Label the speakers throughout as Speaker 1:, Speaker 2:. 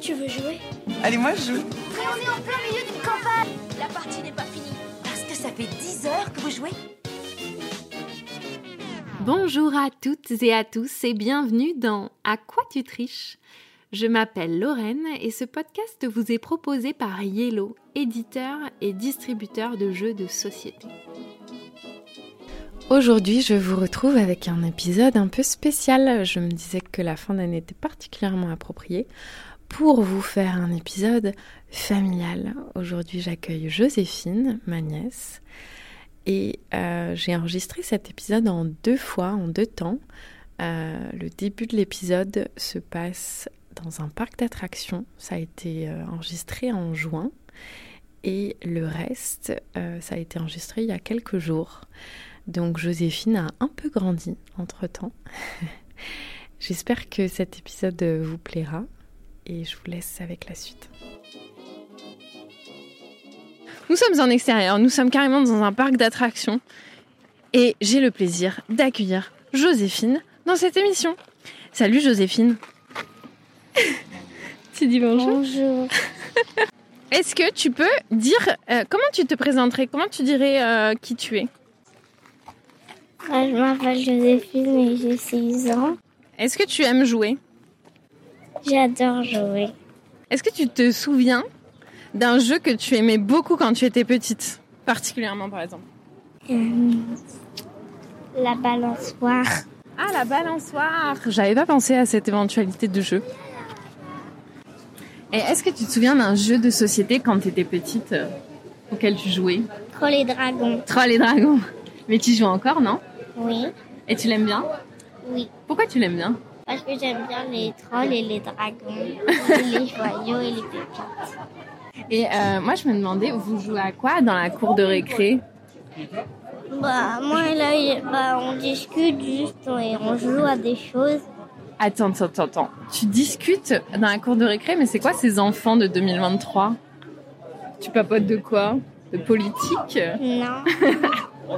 Speaker 1: tu veux jouer
Speaker 2: Allez, moi je joue.
Speaker 3: Mais on est en plein milieu d'une campagne La partie n'est pas finie. Parce que ça fait 10 heures que vous jouez
Speaker 4: Bonjour à toutes et à tous et bienvenue dans À quoi tu triches Je m'appelle Lorraine et ce podcast vous est proposé par Yellow, éditeur et distributeur de jeux de société.
Speaker 5: Aujourd'hui, je vous retrouve avec un épisode un peu spécial. Je me disais que la fin d'année était particulièrement appropriée pour vous faire un épisode familial. Aujourd'hui, j'accueille Joséphine, ma nièce, et euh, j'ai enregistré cet épisode en deux fois, en deux temps. Euh, le début de l'épisode se passe dans un parc d'attractions. Ça a été euh, enregistré en juin. Et le reste, euh, ça a été enregistré il y a quelques jours. Donc Joséphine a un peu grandi entre-temps. J'espère que cet épisode vous plaira et je vous laisse avec la suite.
Speaker 6: Nous sommes en extérieur, nous sommes carrément dans un parc d'attractions et j'ai le plaisir d'accueillir Joséphine dans cette émission. Salut Joséphine. tu dis bonjour.
Speaker 1: Bonjour.
Speaker 6: Est-ce que tu peux dire euh, comment tu te présenterais, comment tu dirais euh, qui tu es
Speaker 1: Ah, je m'appelle Joséphine et j'ai 6 ans.
Speaker 6: Est-ce que tu aimes jouer
Speaker 1: J'adore jouer.
Speaker 6: Est-ce que tu te souviens d'un jeu que tu aimais beaucoup quand tu étais petite Particulièrement par exemple.
Speaker 1: Euh, la balançoire.
Speaker 6: Ah la balançoire J'avais pas pensé à cette éventualité de jeu. Et est-ce que tu te souviens d'un jeu de société quand tu étais petite euh, auquel tu jouais
Speaker 1: Troll les dragons.
Speaker 6: Troll et Dragons. Mais tu y joues encore, non
Speaker 1: Oui,
Speaker 6: Et tu l'aimes bien
Speaker 1: oui.
Speaker 6: Pourquoi tu l'aimes bien
Speaker 1: Parce que j'aime bien les trolls et les dragons. et les joyaux et les pépites.
Speaker 6: Et euh, moi, je me demandais, vous jouez à quoi dans la cour de récré
Speaker 1: Bah, moi, là, il- bah, on discute juste et on joue à des choses.
Speaker 6: Attends, attends, attends, attends. Tu discutes dans la cour de récré, mais c'est quoi ces enfants de 2023 Tu papotes de quoi De politique
Speaker 1: Non.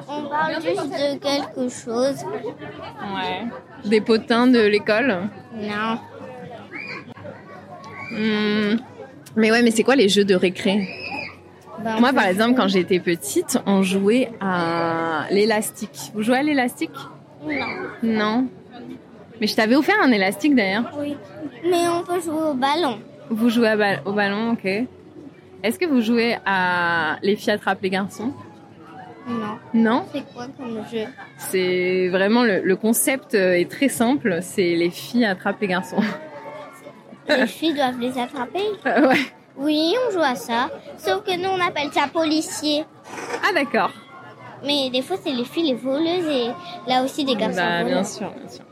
Speaker 1: on parle juste de quelque chose.
Speaker 6: Ouais. Des potins de l'école
Speaker 1: Non.
Speaker 6: Hmm. Mais ouais, mais c'est quoi les jeux de récré
Speaker 1: Bah, on
Speaker 6: Moi,
Speaker 1: peut
Speaker 6: par exemple,
Speaker 1: jouer-
Speaker 6: quand j'étais petite, on jouait à l'élastique. Vous jouez à l'élastique
Speaker 1: Non.
Speaker 6: Non. Mais je t'avais offert un élastique d'ailleurs.
Speaker 1: Oui. Mais on peut jouer au ballon.
Speaker 6: Vous jouez à bal- au ballon, ok. Est-ce que vous jouez à les filles attrapent les garçons
Speaker 1: Non.
Speaker 6: Non.
Speaker 1: C'est quoi comme jeu
Speaker 6: C'est vraiment le, le concept euh, est très simple. C'est les filles attrapent les garçons.
Speaker 1: Les filles doivent les attraper
Speaker 6: Euh, ouais.
Speaker 1: Oui, on joue à ça. Sauf que nous, on appelle ça policier.
Speaker 6: Ah d'accord.
Speaker 1: Mais des fois, c'est les filles les voleuses et là aussi des garçons
Speaker 6: Bah, bien
Speaker 1: voleurs.
Speaker 6: sûr, bien sûr.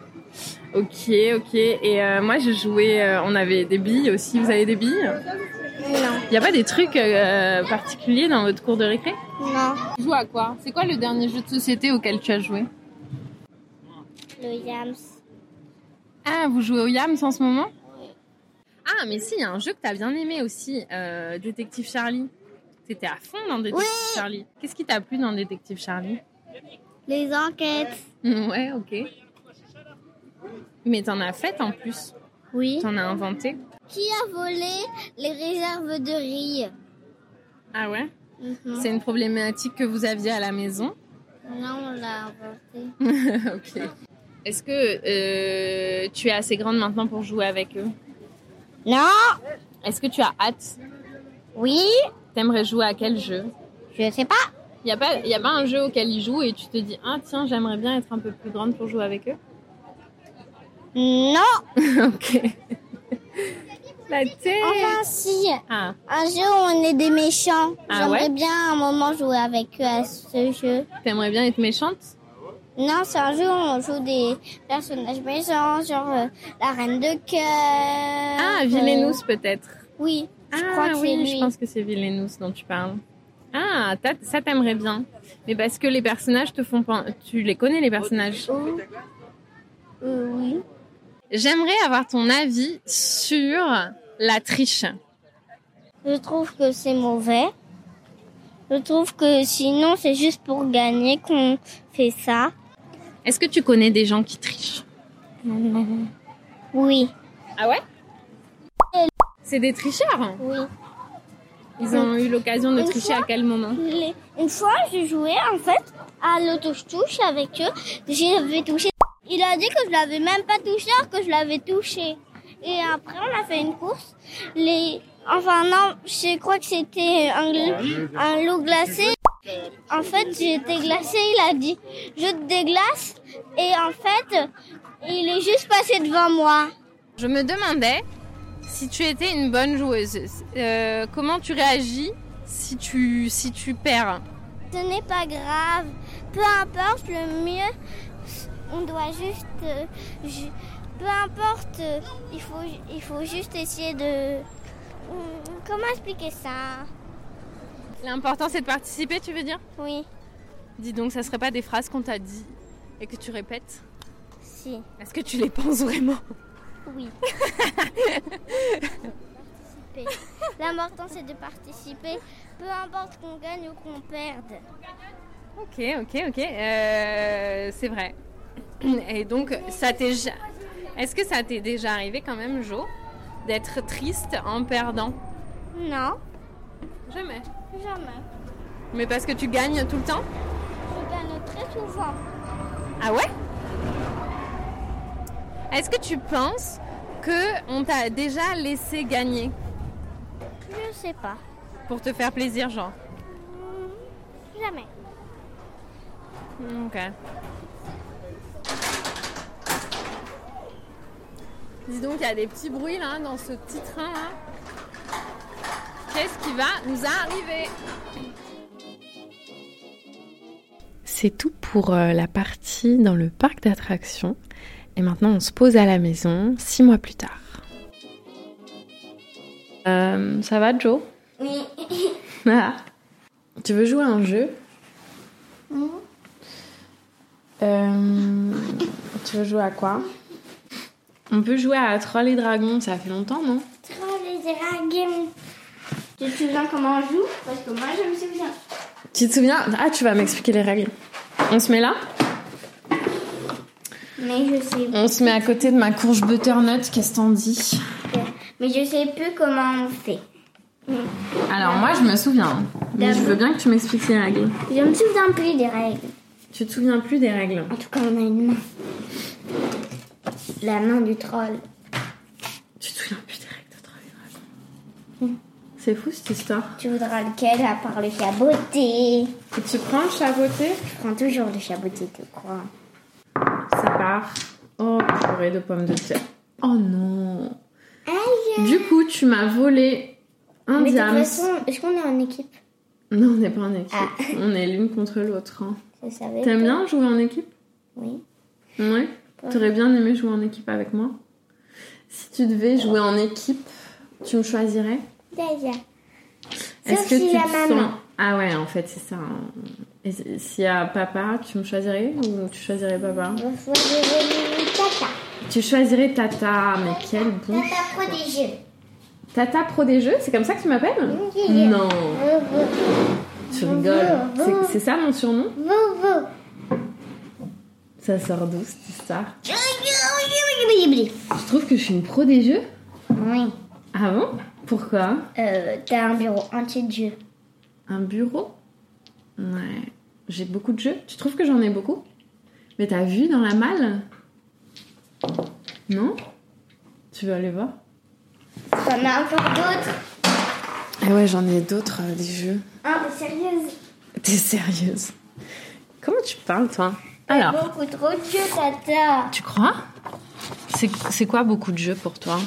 Speaker 6: Ok, ok. Et euh, moi, je jouais. euh, on avait des billes aussi. Vous avez des billes
Speaker 1: Non,
Speaker 6: Il y a pas des trucs euh, particuliers dans votre cours de récré
Speaker 1: non.
Speaker 6: Tu joues à quoi C'est quoi le dernier jeu de société auquel tu as joué
Speaker 1: Le yams.
Speaker 6: Ah, vous jouez au Yams en ce moment Ah, mais si, il y a un jeu que t'as bien aimé aussi, euh, Détective Charlie. T'étais à fond dans Détective Charlie. Qu'est-ce qui t'a plu dans Détective Charlie
Speaker 1: Les enquêtes.
Speaker 6: Ouais, ok. Mais t'en as fait en plus.
Speaker 1: Oui.
Speaker 6: T'en as inventé.
Speaker 1: Qui a volé les réserves de riz
Speaker 6: Ah ouais
Speaker 1: Mhm.
Speaker 6: C'est une problématique que vous aviez à la maison.
Speaker 1: Là, on l'a inventé.
Speaker 6: ok. Est-ce que euh, tu es assez grande maintenant pour jouer avec eux
Speaker 1: Non
Speaker 6: Est-ce que tu as hâte
Speaker 1: Oui
Speaker 6: T'aimerais jouer à quel jeu
Speaker 1: Je sais pas.
Speaker 6: Il n'y a, pas- y a pas un jeu auquel ils jouent et tu te dis, ah tiens, j'aimerais bien être un peu plus grande pour jouer avec eux.
Speaker 1: Non
Speaker 6: ok. La tête.
Speaker 1: Enfin, si
Speaker 6: Ah,
Speaker 1: Un jeu où on est des méchants.
Speaker 6: Ah
Speaker 1: J'aimerais
Speaker 6: ouais
Speaker 1: bien à un moment jouer avec eux à ce jeu.
Speaker 6: t'aimerais bien être méchante
Speaker 1: Non, c'est un jeu où on joue des personnages méchants, genre euh, la reine de cœur.
Speaker 6: Ah,
Speaker 1: euh,
Speaker 6: Villenous peut-être.
Speaker 1: Oui,
Speaker 6: Ah
Speaker 1: crois que c'est
Speaker 6: oui,
Speaker 1: lui.
Speaker 6: je pense que c'est Villenous dont tu parles. Ah, t'as- ça t'aimerais bien. Mais parce que les personnages te font... pen- Tu les connais les personnages
Speaker 1: Oh. euh, oui.
Speaker 6: J'aimerais avoir ton avis sur la triche.
Speaker 1: Je trouve que c'est mauvais. Je trouve que sinon, c'est juste pour gagner qu'on fait ça.
Speaker 6: Est-ce que tu connais des gens qui trichent
Speaker 1: Oui.
Speaker 6: Ah ouais
Speaker 7: C'est des tricheurs
Speaker 1: Oui.
Speaker 7: Ils ont eu l'occasion de
Speaker 1: Une
Speaker 7: tricher à quel
Speaker 6: Hein.
Speaker 7: moment
Speaker 1: Les- Une fois, je jouais en fait à l'auto-touche avec eux. J'avais touché. Il a dit que je l'avais même pas touché, alors que je l'avais touché. Et après, on a fait une course. Les, enfin non, je crois que c'était un, gl- un lot glacé. En fait, j'étais glacée. Il a dit, je te déglace. Et en fait, il est juste passé devant moi.
Speaker 7: Je me demandais si tu étais une bonne joueuse. Euh, comment tu réagis si tu, si tu perds
Speaker 1: Ce n'est pas grave. Peu importe, le mieux, on doit juste. euh, ju- peu importe, euh, il faut, il faut juste essayer de. Hum, Comment expliquer ça
Speaker 7: L'important c'est de participer, tu veux dire
Speaker 1: Oui,
Speaker 7: Dis donc, ça serait pas des phrases qu'on t'a dit et que tu répètes
Speaker 1: si,
Speaker 7: Est-ce que tu les penses vraiment
Speaker 1: oui. Participer. L'important, c'est de participer, peu importe qu'on gagne ou qu'on perde.
Speaker 7: Ok, ok, ok. Euh, c'est vrai. Et donc, ça t'est. ja- Est-ce que ça t'est déjà arrivé quand même, Jo, d'être triste en perdant
Speaker 1: Non,
Speaker 7: Jamais.
Speaker 1: jamais.
Speaker 7: Mais parce que tu gagnes tout le temps
Speaker 1: Je gagne très souvent.
Speaker 7: Ah ouais Est-ce que tu penses que on t'a déjà laissé gagner
Speaker 1: Je sais pas.
Speaker 7: pour te faire plaisir, genre
Speaker 1: Hum, Jamais.
Speaker 7: Ok. Dis donc, il y a des petits bruits là dans ce petit train là. Qu'est-ce qui va nous arriver
Speaker 6: C'est tout pour euh, la partie dans le parc d'attractions. Et maintenant, on se pose à la maison six mois plus tard. Euh, ça va, Joe
Speaker 1: Oui.
Speaker 6: Ah. Tu veux jouer à un jeu Mm. Euh, Tu veux jouer à quoi On peut jouer à Troll et Dragons, ça fait longtemps, non
Speaker 1: Troll et dragon. Tu te souviens comment on joue Parce que moi je me souviens.
Speaker 6: Tu te souviens Ah, tu vas m'expliquer les règles. On se met là
Speaker 1: Mais je sais,
Speaker 6: On se met à côté de ma courge butternut, qu'est-ce t'en dis
Speaker 1: mais je sais plus comment on fait.
Speaker 6: Alors moi je me souviens, mais je veux bien que tu m'expliques les règles.
Speaker 1: Je me souviens plus des règles.
Speaker 6: Tu te souviens plus des règles
Speaker 1: En tout cas, on a une main. La main du troll.
Speaker 6: Tu te souviens plus des règles de Troll et Dragons C'est fou cette histoire.
Speaker 1: Tu voudras lequel à part le chaboté
Speaker 6: Et tu prends le chaboté
Speaker 1: Je prends toujours le chaboté, tu crois
Speaker 6: Ça part. Oh, purée de pommes de terre. Oh non.
Speaker 1: Aïe
Speaker 6: Du coup, tu m'as volé
Speaker 1: Mais
Speaker 6: un
Speaker 1: de toute
Speaker 6: diamant.
Speaker 1: façon, est-ce qu'on est en équipe
Speaker 6: Non, on n'est pas en équipe.
Speaker 1: Ah.
Speaker 6: On est l'une contre l'autre. hein.
Speaker 1: Je savais.
Speaker 6: T'aimes
Speaker 1: pas.
Speaker 6: bien jouer en équipe
Speaker 1: Oui.
Speaker 6: Ouais. T'aurais bien aimé jouer en équipe avec moi Si tu devais jouer en équipe, tu me choisirais
Speaker 1: D'ailleurs. Sauf
Speaker 6: Est-ce que
Speaker 1: si
Speaker 6: tu
Speaker 1: la
Speaker 6: te
Speaker 1: maman.
Speaker 6: sens... Ah ouais, en fait, c'est ça. hein. Et si- S'il y a papa, tu me choisirais ou tu choisirais papa
Speaker 1: Je choisirais le tata.
Speaker 6: Tu choisirais Tata, mais quelle bouche
Speaker 1: Tata prodigieux.
Speaker 6: Tata Pro des Jeux, c'est comme ça que tu m'appelles
Speaker 1: Oui.
Speaker 6: Non,
Speaker 1: Vovo.
Speaker 6: tu rigoles. C'est- C'est ça mon surnom
Speaker 1: Vovo.
Speaker 6: Ça sort d'où cette histoire
Speaker 1: Oui.
Speaker 6: Je trouve que je suis une pro des jeux Ah bon Pourquoi
Speaker 1: Euh, T'as un bureau entier de jeux.
Speaker 6: Un bureau Ouais. J'ai beaucoup de jeux. Tu trouves que j'en ai beaucoup Mais t'as vu dans la malle Non Tu veux aller voir
Speaker 1: T'en as encore d'autres
Speaker 6: Ah ouais, j'en ai d'autres, euh, des jeux.
Speaker 1: Ah, mais sérieuse
Speaker 6: T'es sérieuse Comment tu parles, toi Alors,
Speaker 1: Beaucoup trop de jeux, Tata.
Speaker 6: tu crois C'est c'est quoi beaucoup de jeux pour toi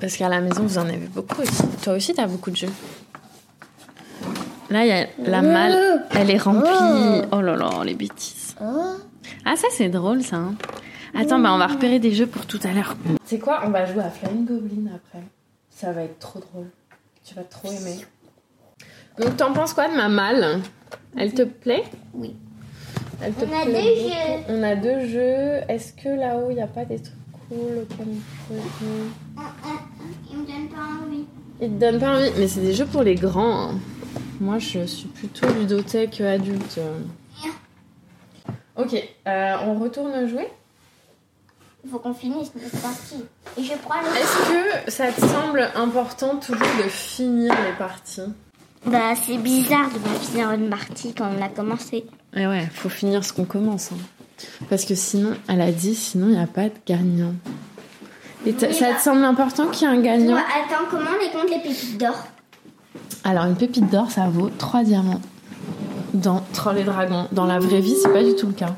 Speaker 6: Parce qu'à la maison, vous en avez beaucoup aussi. Toi aussi, t'as beaucoup de jeux. Là, il y a la malle.
Speaker 1: Euh.
Speaker 6: Elle est
Speaker 1: Ah.
Speaker 6: remplie. Oh là là, les bêtises.
Speaker 1: Oh.
Speaker 6: Ah, ça, c'est drôle, ça. hein. Attends, bah, on va repérer des jeux pour tout à l'heure. C'est quoi On va jouer à Flying Goblin après. Ça va être trop drôle. Tu vas trop aimer. Donc, t'en penses quoi de ma malle Elle te plaît
Speaker 1: Oui.
Speaker 6: Elle te
Speaker 1: On a
Speaker 6: plaît
Speaker 1: deux jeux.
Speaker 6: beaucoup On a deux jeux. Est-ce que là-haut, il n'y a pas des trucs cool auxquels on pourrait jouer
Speaker 1: Il me donne pas envie.
Speaker 6: Ils te donnent pas envie, mais c'est des jeux pour les grands. hein. Moi, je suis plutôt ludothèque adulte. Ok, euh, on retourne jouer
Speaker 1: Il faut qu'on finisse notre partie. Et je prends le...
Speaker 6: Est-ce que ça te semble important toujours de finir les parties
Speaker 1: Bah, c'est bizarre de pas finir une partie quand on a commencé.
Speaker 6: Eh ouais, faut finir ce qu'on commence. hein. Parce que sinon, elle a dit, sinon il n'y a pas de gagnant. Et t-
Speaker 1: Oui,
Speaker 6: ça
Speaker 1: bah.
Speaker 6: te semble important qu'il y ait un gagnant
Speaker 1: Toi, attends, comment on les compte les pépites d'or
Speaker 6: Alors, une pépite d'or, ça vaut 3 diamants. Dans Troll et Dragon. Dans la vraie vie, c'est pas du tout le cas.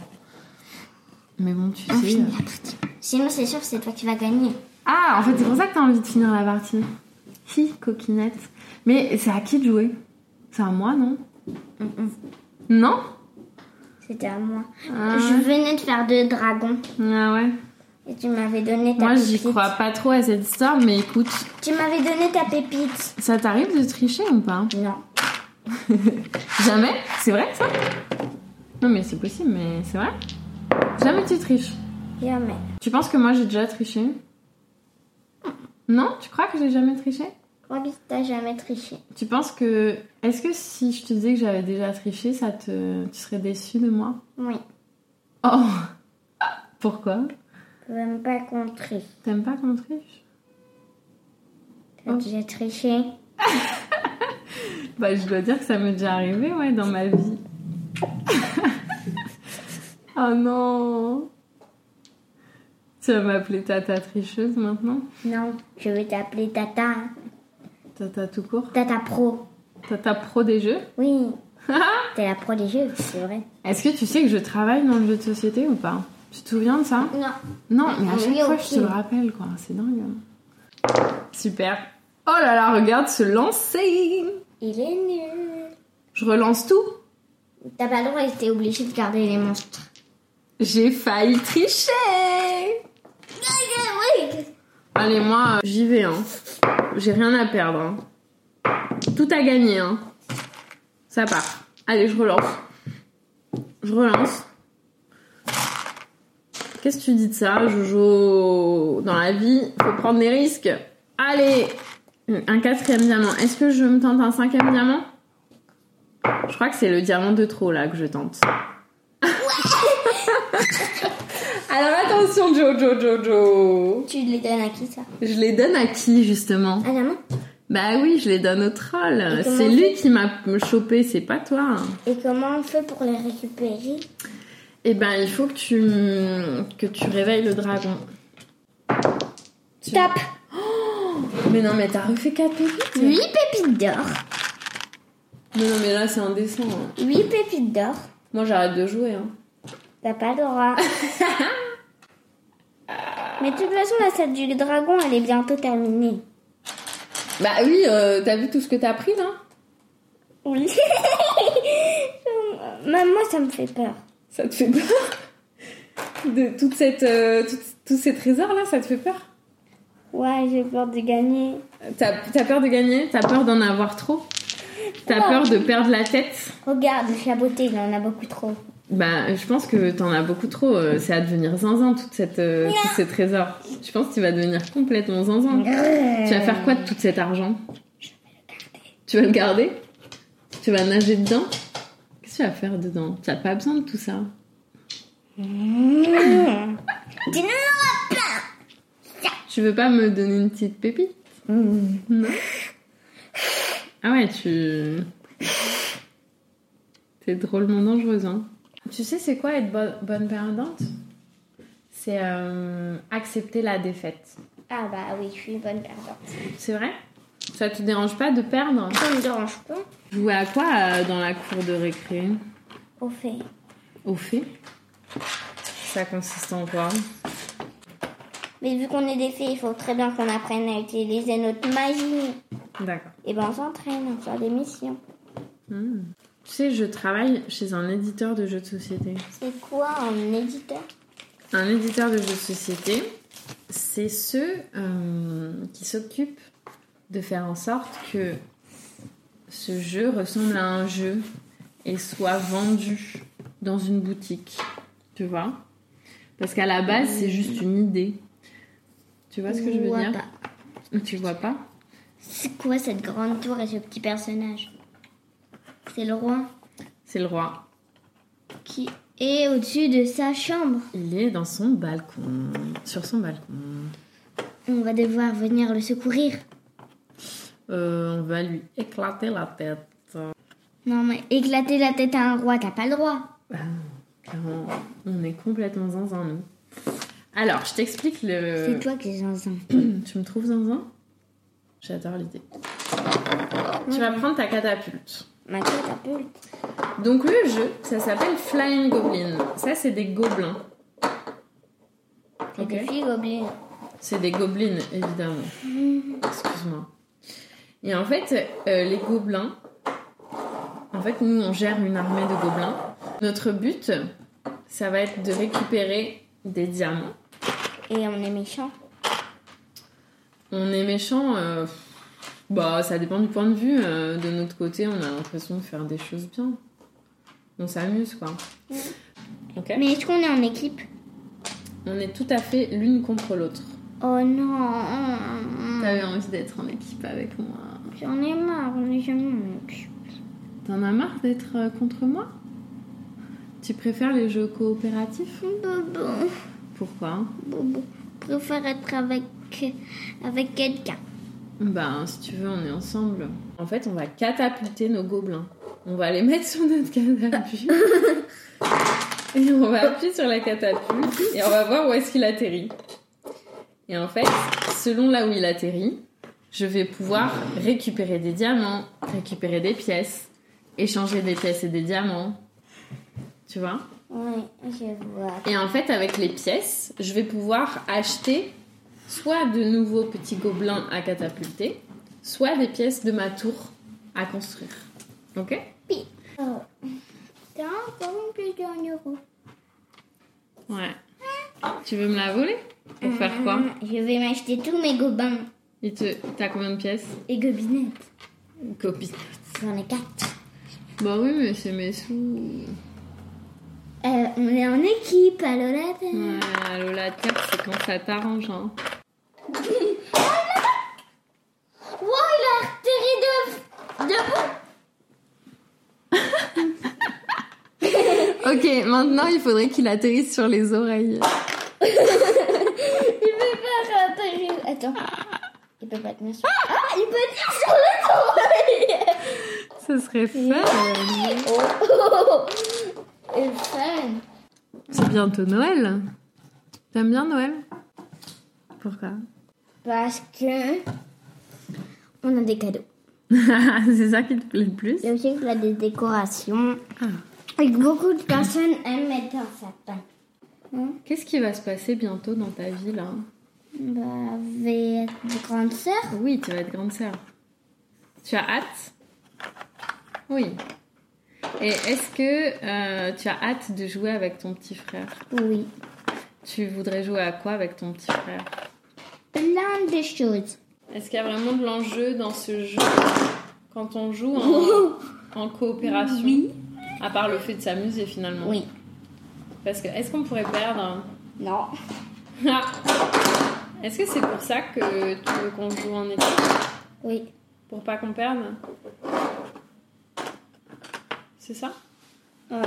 Speaker 6: Mais bon, tu
Speaker 1: On
Speaker 6: sais.
Speaker 1: finit
Speaker 6: euh,
Speaker 1: la partie. Sinon, c'est sûr, c'est toi qui vas gagner.
Speaker 6: Ah, en fait, c'est pour ça que t'as envie de finir la partie. Si, coquinette. Mais c'est à qui de jouer C'est à moi, non Non
Speaker 1: Mm, C'était à moi.
Speaker 6: ah,
Speaker 1: Je venais de faire deux dragons.
Speaker 6: ah ouais.
Speaker 1: Et tu m'avais donné ta
Speaker 6: Moi,
Speaker 1: pépite.
Speaker 6: j'y crois pas trop à cette histoire, mais écoute,
Speaker 1: Tu m'avais donné ta pépite.
Speaker 6: ça t'arrive de tricher ou pas
Speaker 1: Non.
Speaker 6: Jamais C'est vrai, ça Non, mais c'est possible, mais c'est vrai Jamais tu triches.
Speaker 1: Jamais.
Speaker 6: Tu penses que moi, j'ai déjà triché Non Tu crois que j'ai jamais triché
Speaker 1: Moi, que t'as jamais triché.
Speaker 6: Tu penses que. Est-ce que si je te disais que j'avais déjà triché, ça te. Tu serais déçue de moi
Speaker 1: Oui.
Speaker 6: Oh Pourquoi
Speaker 1: Je veux même pas qu'on triche.
Speaker 6: T'aimes pas qu'on triche
Speaker 1: T'as
Speaker 6: Oh.
Speaker 1: déjà triché.
Speaker 6: Bah, je dois dire que ça m'est déjà arrivé, ouais, dans ma vie. oh non Tu vas m'appeler Tata tricheuse maintenant
Speaker 1: Non, je vais t'appeler Tata. hein.
Speaker 6: Tata tout court
Speaker 1: Tata Pro.
Speaker 6: Tata pro des jeux
Speaker 1: Oui. T'es la pro des jeux, c'est vrai.
Speaker 6: Est-ce que tu sais que je travaille dans le jeu de société ou pas Tu te souviens de ça
Speaker 1: Non.
Speaker 6: Non, mais à
Speaker 1: Oui,
Speaker 6: chaque fois, je te
Speaker 1: ok.
Speaker 6: le rappelle, quoi. C'est dingue. hein. Super. Oh là là, regarde se lancer.
Speaker 1: Il est nul.
Speaker 6: Je relance tout.
Speaker 1: T'as pas le droit, t'es obligé de garder les monstres.
Speaker 6: J'ai failli tricher.
Speaker 1: Oui.
Speaker 6: Allez, moi, euh, j'y vais. Hein. J'ai rien à perdre. hein. Tout à gagner. Hein. Ça part. Allez, je relance. Je relance. Qu'est-ce que tu dis de ça, Jojo Dans la vie, faut prendre des risques. Allez Un quatrième diamant. Est-ce que je me tente un cinquième diamant Je crois que c'est le diamant de trop, là, que je tente. Alors attention, Jojo, Jojo
Speaker 1: Tu les donnes à qui ça
Speaker 6: je les donne à qui justement
Speaker 1: À la main.
Speaker 6: Bah oui, je les donne au troll.
Speaker 1: Et comment
Speaker 6: C'est
Speaker 1: on
Speaker 6: lui qui m'a chopé, c'est pas toi.
Speaker 1: Et comment on fait pour les récupérer
Speaker 6: Eh ben, il faut que tu que tu réveilles le dragon. Tu-
Speaker 1: Stop
Speaker 6: Mais non, mais t'as refait 4 pépites
Speaker 1: 8 pépites d'or.
Speaker 6: Mais non, mais là c'est indécent. hein.
Speaker 1: 8 pépites d'or.
Speaker 6: Moi j'arrête de jouer. Hein.
Speaker 1: T'as pas le droit. Mais de toute façon, la salle du dragon, elle est bientôt terminée.
Speaker 6: Bah oui, euh, t'as vu tout ce que t'as pris là
Speaker 1: Oui. Même moi, ça me fait peur.
Speaker 6: Ça te fait peur De toute cette, euh, toute- tous ces trésors là, ça te fait peur
Speaker 1: Ouais, j'ai peur de gagner.
Speaker 6: T'as t'as peur de gagner Ah. T'as peur d'en avoir trop T'as peur de perdre la tête
Speaker 1: Regarde, le chaboté, il en a beaucoup trop.
Speaker 6: Bah, je pense que t'en as beaucoup trop. euh, C'est à devenir zinzin, toute cette, euh, tous ces trésors. Je pense que tu vas devenir complètement zinzin. Tu vas faire quoi de tout cet argent Tu vas le garder Tu vas nager dedans Qu'est-ce que tu vas faire dedans Tu n'as pas besoin de tout ça.
Speaker 1: Mmh.
Speaker 6: Tu veux pas me donner une petite pépite
Speaker 1: Mmh.
Speaker 6: Non Ah ouais, tu... T'es drôlement dangereuse, hein Tu sais, c'est quoi être bo- bonne perdante C'est euh, accepter la défaite.
Speaker 1: Ah bah oui, je suis une bonne perdante.
Speaker 6: C'est vrai Ça te dérange pas de perdre
Speaker 1: Ça me dérange pas.
Speaker 6: Jouer à quoi euh, dans la cour de récré
Speaker 1: Au fait.
Speaker 6: Au fait Ça consiste en quoi
Speaker 1: Mais vu qu'on est des filles, il faut très bien qu'on apprenne à utiliser notre magie.
Speaker 6: D'accord.
Speaker 1: Et ben on s'entraîne, on fait des missions.
Speaker 6: Hmm. Tu sais, je travaille chez un éditeur de jeux de société.
Speaker 1: C'est quoi un éditeur
Speaker 6: Un éditeur de jeux de société, c'est ceux euh, qui s'occupent de faire en sorte que ce jeu ressemble à un jeu et soit vendu dans une boutique. Tu vois Parce qu'à la base, c'est juste une idée. Tu vois ce que je veux
Speaker 1: Vois
Speaker 6: dire
Speaker 1: pas.
Speaker 6: Tu vois pas
Speaker 1: C'est quoi cette grande tour et ce petit personnage C'est le roi
Speaker 6: C'est le roi.
Speaker 1: qui est au-dessus de sa chambre.
Speaker 6: Il est dans son balcon. Sur son balcon.
Speaker 1: On va devoir venir le secourir.
Speaker 6: Euh, on va lui éclater la tête.
Speaker 1: Non, mais éclater la tête à un roi, t'as pas le droit.
Speaker 6: Clairement, on est complètement zinzin, nous. Alors, je t'explique
Speaker 1: C'est
Speaker 6: le...
Speaker 1: toi qui es zinzin.
Speaker 6: Tu me trouves zinzin J'adore l'idée. Tu vas prendre ta catapulte.
Speaker 1: Ma catapulte.
Speaker 6: Donc le jeu, ça s'appelle Flying Goblin. Ça, c'est des gobelins.
Speaker 1: C'est
Speaker 6: Ok.
Speaker 1: des filles gobelines.
Speaker 6: C'est des gobelines, évidemment. Excuse-moi. Et en fait, euh, les gobelins... En fait, nous, on gère une armée de gobelins. Notre but, ça va être de récupérer des diamants.
Speaker 1: Et on est méchant.
Speaker 6: On est méchant... euh, Bah, ça dépend du point de vue. euh, de notre côté, on a l'impression de faire des choses bien. On s'amuse, quoi. Ok
Speaker 1: Mais est-ce qu'on est en équipe
Speaker 6: On est tout à fait l'une contre l'autre.
Speaker 1: Oh non.
Speaker 6: T'avais envie d'être en équipe avec moi.
Speaker 1: J'en ai marre, on est jamais en équipe.
Speaker 6: T'en as marre d'être euh, contre moi Tu préfères les jeux coopératifs
Speaker 1: Bobo,
Speaker 6: Pourquoi
Speaker 1: bobo. Je préfère être avec, avec quelqu'un.
Speaker 6: Ben, si tu veux, on est ensemble. En fait, on va catapulter nos gobelins. On va les mettre sur notre catapulte. et on va appuyer sur la catapulte et on va voir où est-ce qu'il atterrit. Et en fait, selon là où il atterrit, je vais pouvoir récupérer des diamants, récupérer des pièces, échanger des pièces et des diamants. Tu vois
Speaker 1: Oui, je vois.
Speaker 6: Et en fait, avec les pièces, je vais pouvoir acheter soit de nouveaux petits gobelins à catapulter, soit des pièces de ma tour à construire. Ok
Speaker 1: Oh. T'as encore plus d'un euro.
Speaker 6: Ouais. Tu veux me la voler Pour faire quoi
Speaker 1: Euh, Je vais m'acheter tous mes gobins
Speaker 6: Il te... T'as combien de pièces
Speaker 1: et gobinettes.
Speaker 6: Copie.
Speaker 1: J'en ai quatre.
Speaker 6: Bah oui, mais c'est mes sous.
Speaker 1: Euh, on est en équipe, alors là, t'as-
Speaker 6: Ouais, allô, la terre, c'est quand ça t'arrange, hein.
Speaker 1: Wow, il a atterri de... debout
Speaker 6: Ok, maintenant, il faudrait qu'il atterrisse sur les oreilles.
Speaker 1: Il peut euh, pas atterrir. Attends. Il peut pas tenir sur... Ah, il peut tenir sur
Speaker 6: Ce serait fun
Speaker 1: le dos Et fun
Speaker 6: C'est bientôt Noël. T'aimes bien Noël Pourquoi
Speaker 1: Parce que... On a des cadeaux.
Speaker 6: c'est ça qui te plaît le plus
Speaker 1: Il y a aussi plein de décorations. Et que beaucoup de personnes aiment mettre un sapin.
Speaker 6: Qu'est-ce qui va se passer bientôt dans ta vie là
Speaker 1: Bah, avec des grandes sœurs.
Speaker 6: Oui, tu vas être grande sœur. Tu as hâte Oui. Et est-ce que euh, tu as hâte de jouer avec ton petit frère
Speaker 1: Oui.
Speaker 6: Tu voudrais jouer à quoi avec ton petit frère
Speaker 1: Plein de choses.
Speaker 6: Est-ce qu'il y a vraiment de l'enjeu dans ce jeu quand on joue en, en coopération Oui. À part le fait de s'amuser finalement.
Speaker 1: Oui.
Speaker 6: Parce que est-ce qu'on pourrait perdre
Speaker 1: Non.
Speaker 6: Ah. Est-ce que c'est pour ça que tu veux qu'on joue en équipe
Speaker 1: Oui.
Speaker 6: Pour pas qu'on perde C'est ça
Speaker 1: Ouais.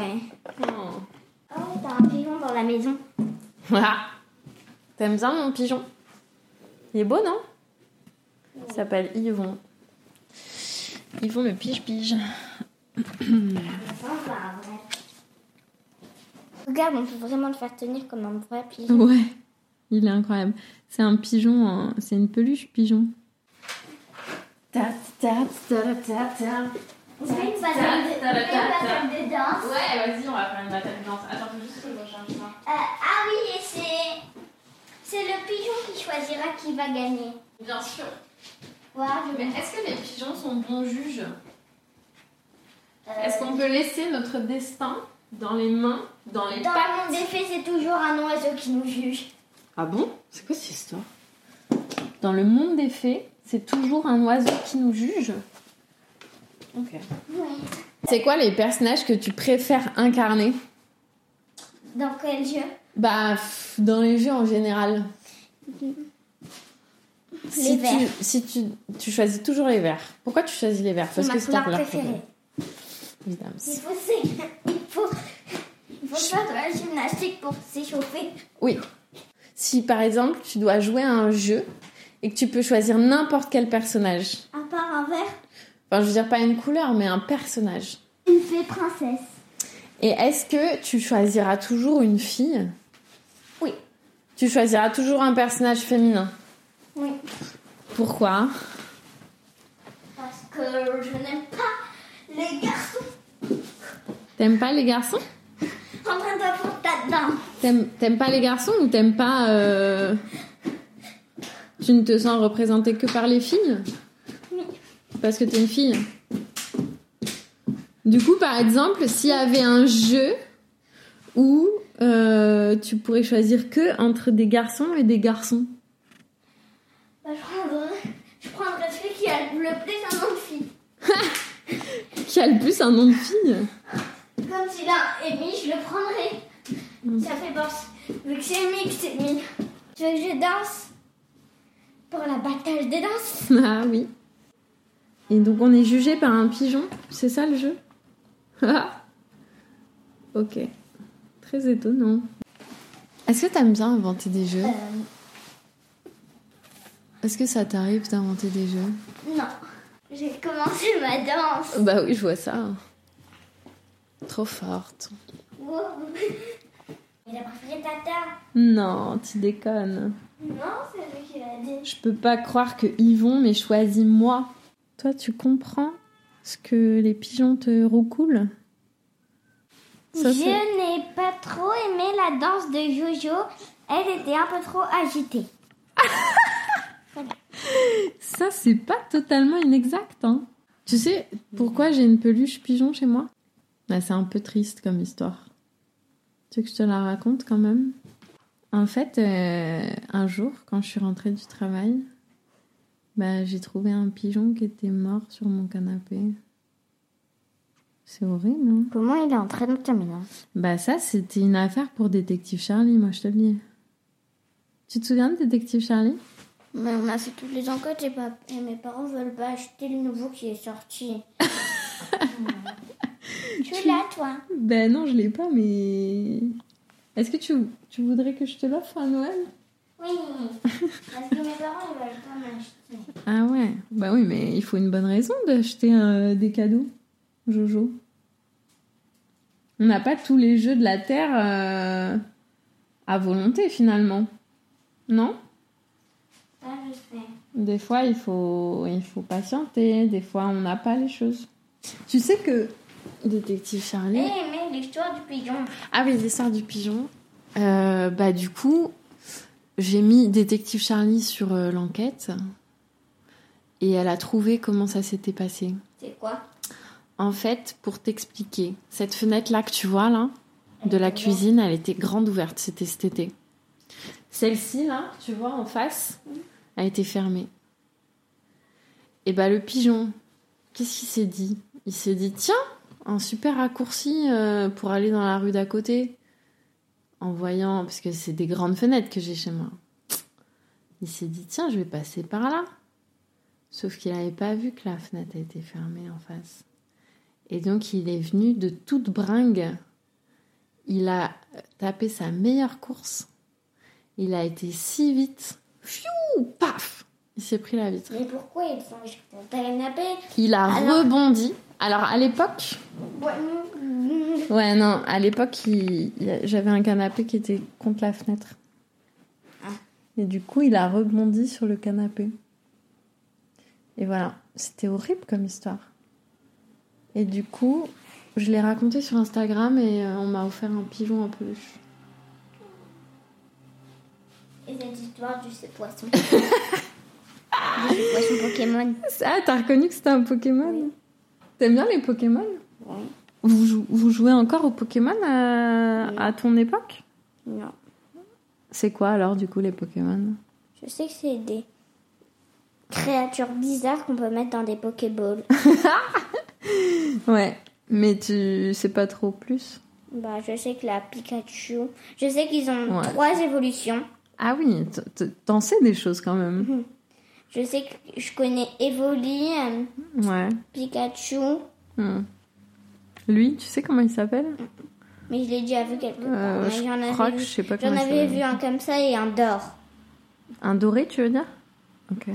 Speaker 6: Oh.
Speaker 1: Oh, t'as un pigeon dans la maison.
Speaker 6: Ah. T'aimes bien mon pigeon Il est beau, non Il s'appelle Yvon. Yvon le pige-pige.
Speaker 1: Regarde, on peut vraiment le faire tenir comme un vrai pigeon.
Speaker 6: Ouais, il est incroyable. C'est un pigeon, en- c'est une peluche pigeon.
Speaker 1: On fait une bataille de, on fait une bataille de danse.
Speaker 6: Ouais, vas-y, on va faire une bataille de danse. Attends, faut juste que je recharge
Speaker 1: Euh,
Speaker 6: ça.
Speaker 1: ah oui, et c'est. C'est le pigeon qui choisira qui va gagner.
Speaker 6: Bien sûr.
Speaker 1: Voilà, je
Speaker 6: Mais
Speaker 1: vais-
Speaker 6: est-ce que les pigeons sont bons juges
Speaker 1: euh,
Speaker 6: Est-ce qu'on peut laisser notre destin dans les mains, dans les
Speaker 1: Dans
Speaker 6: pattes
Speaker 1: le monde des fées, c'est toujours un oiseau qui nous juge.
Speaker 6: Ah bon C'est quoi cette histoire Dans le monde des fées, c'est toujours un oiseau qui nous juge Ok.
Speaker 1: Oui.
Speaker 6: C'est quoi les personnages que tu préfères incarner
Speaker 1: Dans quel jeu
Speaker 6: Bah, pff, dans les jeux en général. si
Speaker 1: verts.
Speaker 6: Tu, si tu, tu choisis toujours les verts. Pourquoi tu choisis les verts
Speaker 1: C'est
Speaker 6: Parce
Speaker 1: ma
Speaker 6: que c'est ta
Speaker 1: couleur
Speaker 6: couleur
Speaker 1: préférée.
Speaker 6: préférée. Évidemment.
Speaker 1: Il faut, s'é- il faut, il faut faire de la gymnastique pour s'échauffer.
Speaker 6: Oui. si par exemple tu dois jouer à un jeu et que tu peux choisir n'importe quel personnage.
Speaker 1: À part un verre,
Speaker 6: Enfin, je veux dire pas une couleur, mais un personnage.
Speaker 1: une fée princesse.
Speaker 6: Et est-ce que tu choisiras toujours une fille
Speaker 1: Oui.
Speaker 6: Tu choisiras toujours un personnage féminin
Speaker 1: Oui.
Speaker 6: Pourquoi
Speaker 1: Parce que je n'aime pas les garçons
Speaker 6: T'aimes pas les garçons
Speaker 1: en train de foutre ta
Speaker 6: T'aimes t'aimes pas les garçons ou t'aimes pas... euh, Tu ne te sens représentée que par les filles Parce que t'es une fille Du coup, par exemple, s'il y avait un jeu où euh, tu pourrais choisir que entre des garçons et des garçons,
Speaker 1: Bah, je prendrais, je prendrais celui qui a le plus un nom de fille.
Speaker 6: qui a le plus un nom de fille
Speaker 1: Comme s'il a Amy, je le prendrais.
Speaker 2: Mm.
Speaker 1: Ça fait penser. Vu que c'est Amy, que c'est Amy. Tu veux que je danse Pour la bataille des danses
Speaker 6: Ah oui. Et donc on est jugé par un pigeon, c'est ça le jeu Ah. Ok. Très étonnant. Est-ce que t'aimes bien inventer des
Speaker 2: Mm.
Speaker 6: jeux
Speaker 1: Euh,
Speaker 6: Est-ce que ça t'arrive d'inventer des jeux
Speaker 1: Non. J'ai commencé ma danse.
Speaker 6: Bah oui, je vois ça. Trop forte.
Speaker 2: Mm.
Speaker 1: Wow. Il a préféré Tata.
Speaker 6: Non, tu déconnes.
Speaker 1: Non, c'est lui qui l'a dit.
Speaker 6: Je peux pas croire que Yvon m'ait choisi moi. Toi, tu comprends ce que les pigeons te roucoulent Ça,
Speaker 1: je
Speaker 6: c'est-
Speaker 1: n'ai pas trop aimé la danse de Jojo. Elle était un peu trop agitée.
Speaker 6: Ça, c'est pas totalement inexact, hein. Tu sais pourquoi j'ai une peluche pigeon chez moi Bah, C'est un peu triste comme histoire. Tu veux que je te la raconte quand même En fait, euh, un jour, quand je suis rentrée du travail, bah, j'ai trouvé un pigeon qui était mort sur mon canapé. C'est horrible, hein
Speaker 2: Comment il est entré dans ta maison
Speaker 6: Bah ça, c'était une affaire pour Détective Charlie, moi je te le dis. Tu te souviens de Détective Charlie
Speaker 2: Mais on a fait toutes les enquêtes et, pas- et mes parents veulent pas acheter le nouveau qui est sorti.
Speaker 1: Tu l'as, toi
Speaker 6: Ben non, je l'ai pas, mais. Est-ce que tu, tu voudrais que je te l'offre à Noël
Speaker 1: Oui. Parce que mes parents, ils veulent pas m'acheter.
Speaker 6: Ah ouais Bah oui, mais il faut une bonne raison d'acheter euh, des cadeaux, Jojo. On n'a pas tous les jeux de la Terre euh, à volonté finalement. Non
Speaker 1: Ça, je sais.
Speaker 6: Des fois, il faut, il faut patienter, des fois, on n'a pas les choses. Tu sais que. Détective Charlie.
Speaker 1: J'ai aimé Eh, l'histoire du pigeon.
Speaker 6: Ah oui, l'histoire du pigeon. Euh, bah du coup, j'ai mis détective Charlie sur euh, l'enquête et elle a trouvé comment ça s'était passé.
Speaker 1: C'est quoi
Speaker 6: En fait, pour t'expliquer, cette fenêtre là que tu vois là de la cuisine, elle était grande ouverte, c'était cet été. Celle-ci là, tu vois en face, a été fermée. Et bah le pigeon, qu'est-ce qu'il s'est dit Il s'est dit tiens, un super raccourci euh, pour aller dans la rue d'à côté. En voyant, parce que c'est des grandes fenêtres que j'ai chez moi. Il s'est dit tiens, je vais passer par là. Sauf qu'il n'avait pas vu que la fenêtre a été fermée en face. Et donc il est venu de toute bringue. Il a tapé sa meilleure course. Il a été si vite. Fiou Paf Il s'est pris la vitre.
Speaker 1: Mais pourquoi ils sont sur ton canapé
Speaker 6: Il a
Speaker 1: Alors-
Speaker 6: rebondi. Alors à l'époque,
Speaker 1: Ouais, mm, mm.
Speaker 6: Ouais, non, à l'époque, il- il- j'avais un canapé qui était contre la fenêtre. Et du coup, il a rebondi sur le canapé. Et voilà, c'était horrible comme histoire. Et du coup, je l'ai raconté sur Instagram et euh, on m'a offert un pigeon en peluche.
Speaker 1: Et cette histoire du ce poisson.
Speaker 2: Poisson Pokémon.
Speaker 6: Ah, t'as reconnu que c'était un Pokémon T'aimes bien les Pokémon
Speaker 2: Oui.
Speaker 6: Vous, jou- vous jouez encore aux Pokémon à, à ton époque
Speaker 2: Non.
Speaker 6: C'est quoi alors, du coup, les Pokémon
Speaker 2: Je sais que c'est des créatures bizarres qu'on peut mettre dans des Pokéballs.
Speaker 6: Ouais, mais tu sais pas trop plus
Speaker 2: bah, je sais que la Pikachu. Je sais qu'ils ont
Speaker 6: Ouais.
Speaker 2: trois évolutions.
Speaker 6: Ah oui, t- t- t'en sais des choses quand même.
Speaker 2: Je sais que je connais Evoli, euh,
Speaker 6: Ouais.
Speaker 2: Pikachu.
Speaker 6: Hmm. Lui, tu sais comment il s'appelle
Speaker 1: mais je l'ai déjà vu quelque part.
Speaker 6: Euh,
Speaker 1: Mais
Speaker 6: je
Speaker 1: j'en avais
Speaker 6: crois que
Speaker 1: vu-
Speaker 6: je sais pas
Speaker 1: J'en
Speaker 6: comment il
Speaker 1: avais
Speaker 6: s'appelle.
Speaker 1: vu un comme ça et un d'or.
Speaker 6: Un doré, tu veux dire Ok.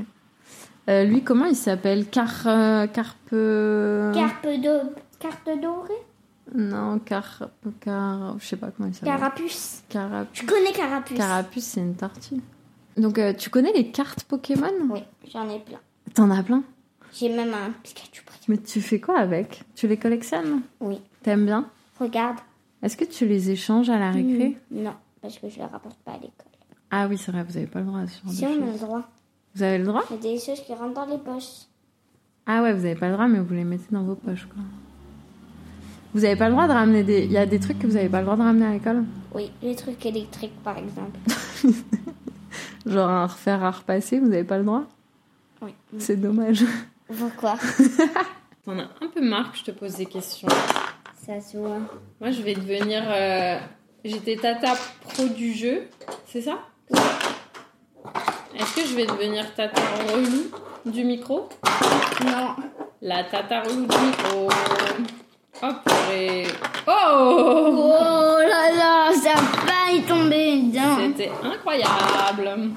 Speaker 6: Euh, lui, comment il s'appelle Car... euh, carpe... Hein?
Speaker 1: Carpe d'eau. Carte dorée
Speaker 6: Non, carpe... Car... Je sais pas comment il s'appelle.
Speaker 1: Carapuce.
Speaker 6: Carap-
Speaker 1: Je connais Carapuce.
Speaker 6: Carapuce, c'est une tortue. Donc, euh, tu connais les cartes Pokémon
Speaker 1: Oui, j'en ai plein.
Speaker 6: T'en as plein
Speaker 1: J'ai même un Pikachu brillant.
Speaker 6: Mais tu fais quoi avec Tu les collectionnes
Speaker 1: Oui.
Speaker 6: T'aimes bien
Speaker 1: Regarde. Hmm,
Speaker 6: Est-ce que tu les échanges à la récré
Speaker 1: Non, parce que je le rapporte pas à l'école.
Speaker 6: Ah oui, c'est vrai, vous avez pas le droit à ce genre
Speaker 1: Si
Speaker 6: de
Speaker 1: on a le
Speaker 6: choses.
Speaker 1: droit.
Speaker 6: Vous avez le droit
Speaker 1: Il y a des choses qui rentrent dans les poches.
Speaker 6: Ah ouais, vous avez pas le droit, mais vous les mettez dans vos poches, quoi. Vous avez pas le droit de ramener des... Il y a des trucs que vous avez pas le droit de ramener à l'école
Speaker 1: Oui, les trucs électriques par exemple.
Speaker 6: Genre un refaire à repasser, vous avez pas le droit
Speaker 1: Oui.
Speaker 6: C'est dommage.
Speaker 1: Pourquoi
Speaker 8: T'en as un peu marre que je te pose des questions.
Speaker 1: Ça se voit.
Speaker 8: Moi, je vais devenir. euh, J'étais tata pro du jeu, c'est ça Est-ce que je vais devenir tata relou du micro
Speaker 1: Non.
Speaker 8: La Oh. tata relou du micro. Hop, et. Oh
Speaker 1: Oh là là, ça a failli tomber hein. dedans.
Speaker 8: C'était incroyable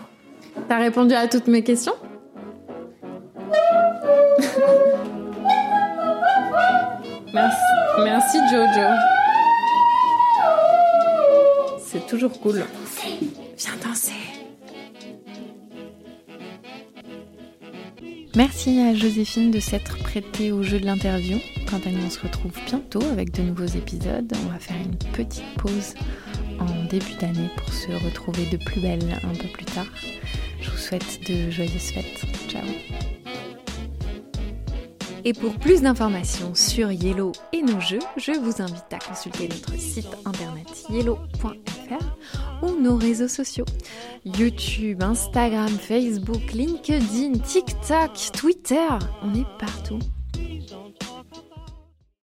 Speaker 6: T'as répondu à toutes mes questions
Speaker 8: Merci, merci Jojo. C'est toujours cool.
Speaker 6: Viens danser Merci à Joséphine de s'être prêtée au jeu de l'interview. Quant à nous, on se retrouve bientôt avec de nouveaux épisodes. On va faire une petite pause en début d'année pour se retrouver de plus belle un peu plus tard. Je vous souhaite de joyeuses fêtes. Ciao Et pour plus d'informations sur Yellow et nos jeux, je vous invite à consulter notre site internet yellow.fr ou nos réseaux sociaux. YouTube, Instagram, Facebook, LinkedIn, TikTok, Twitter, on est partout.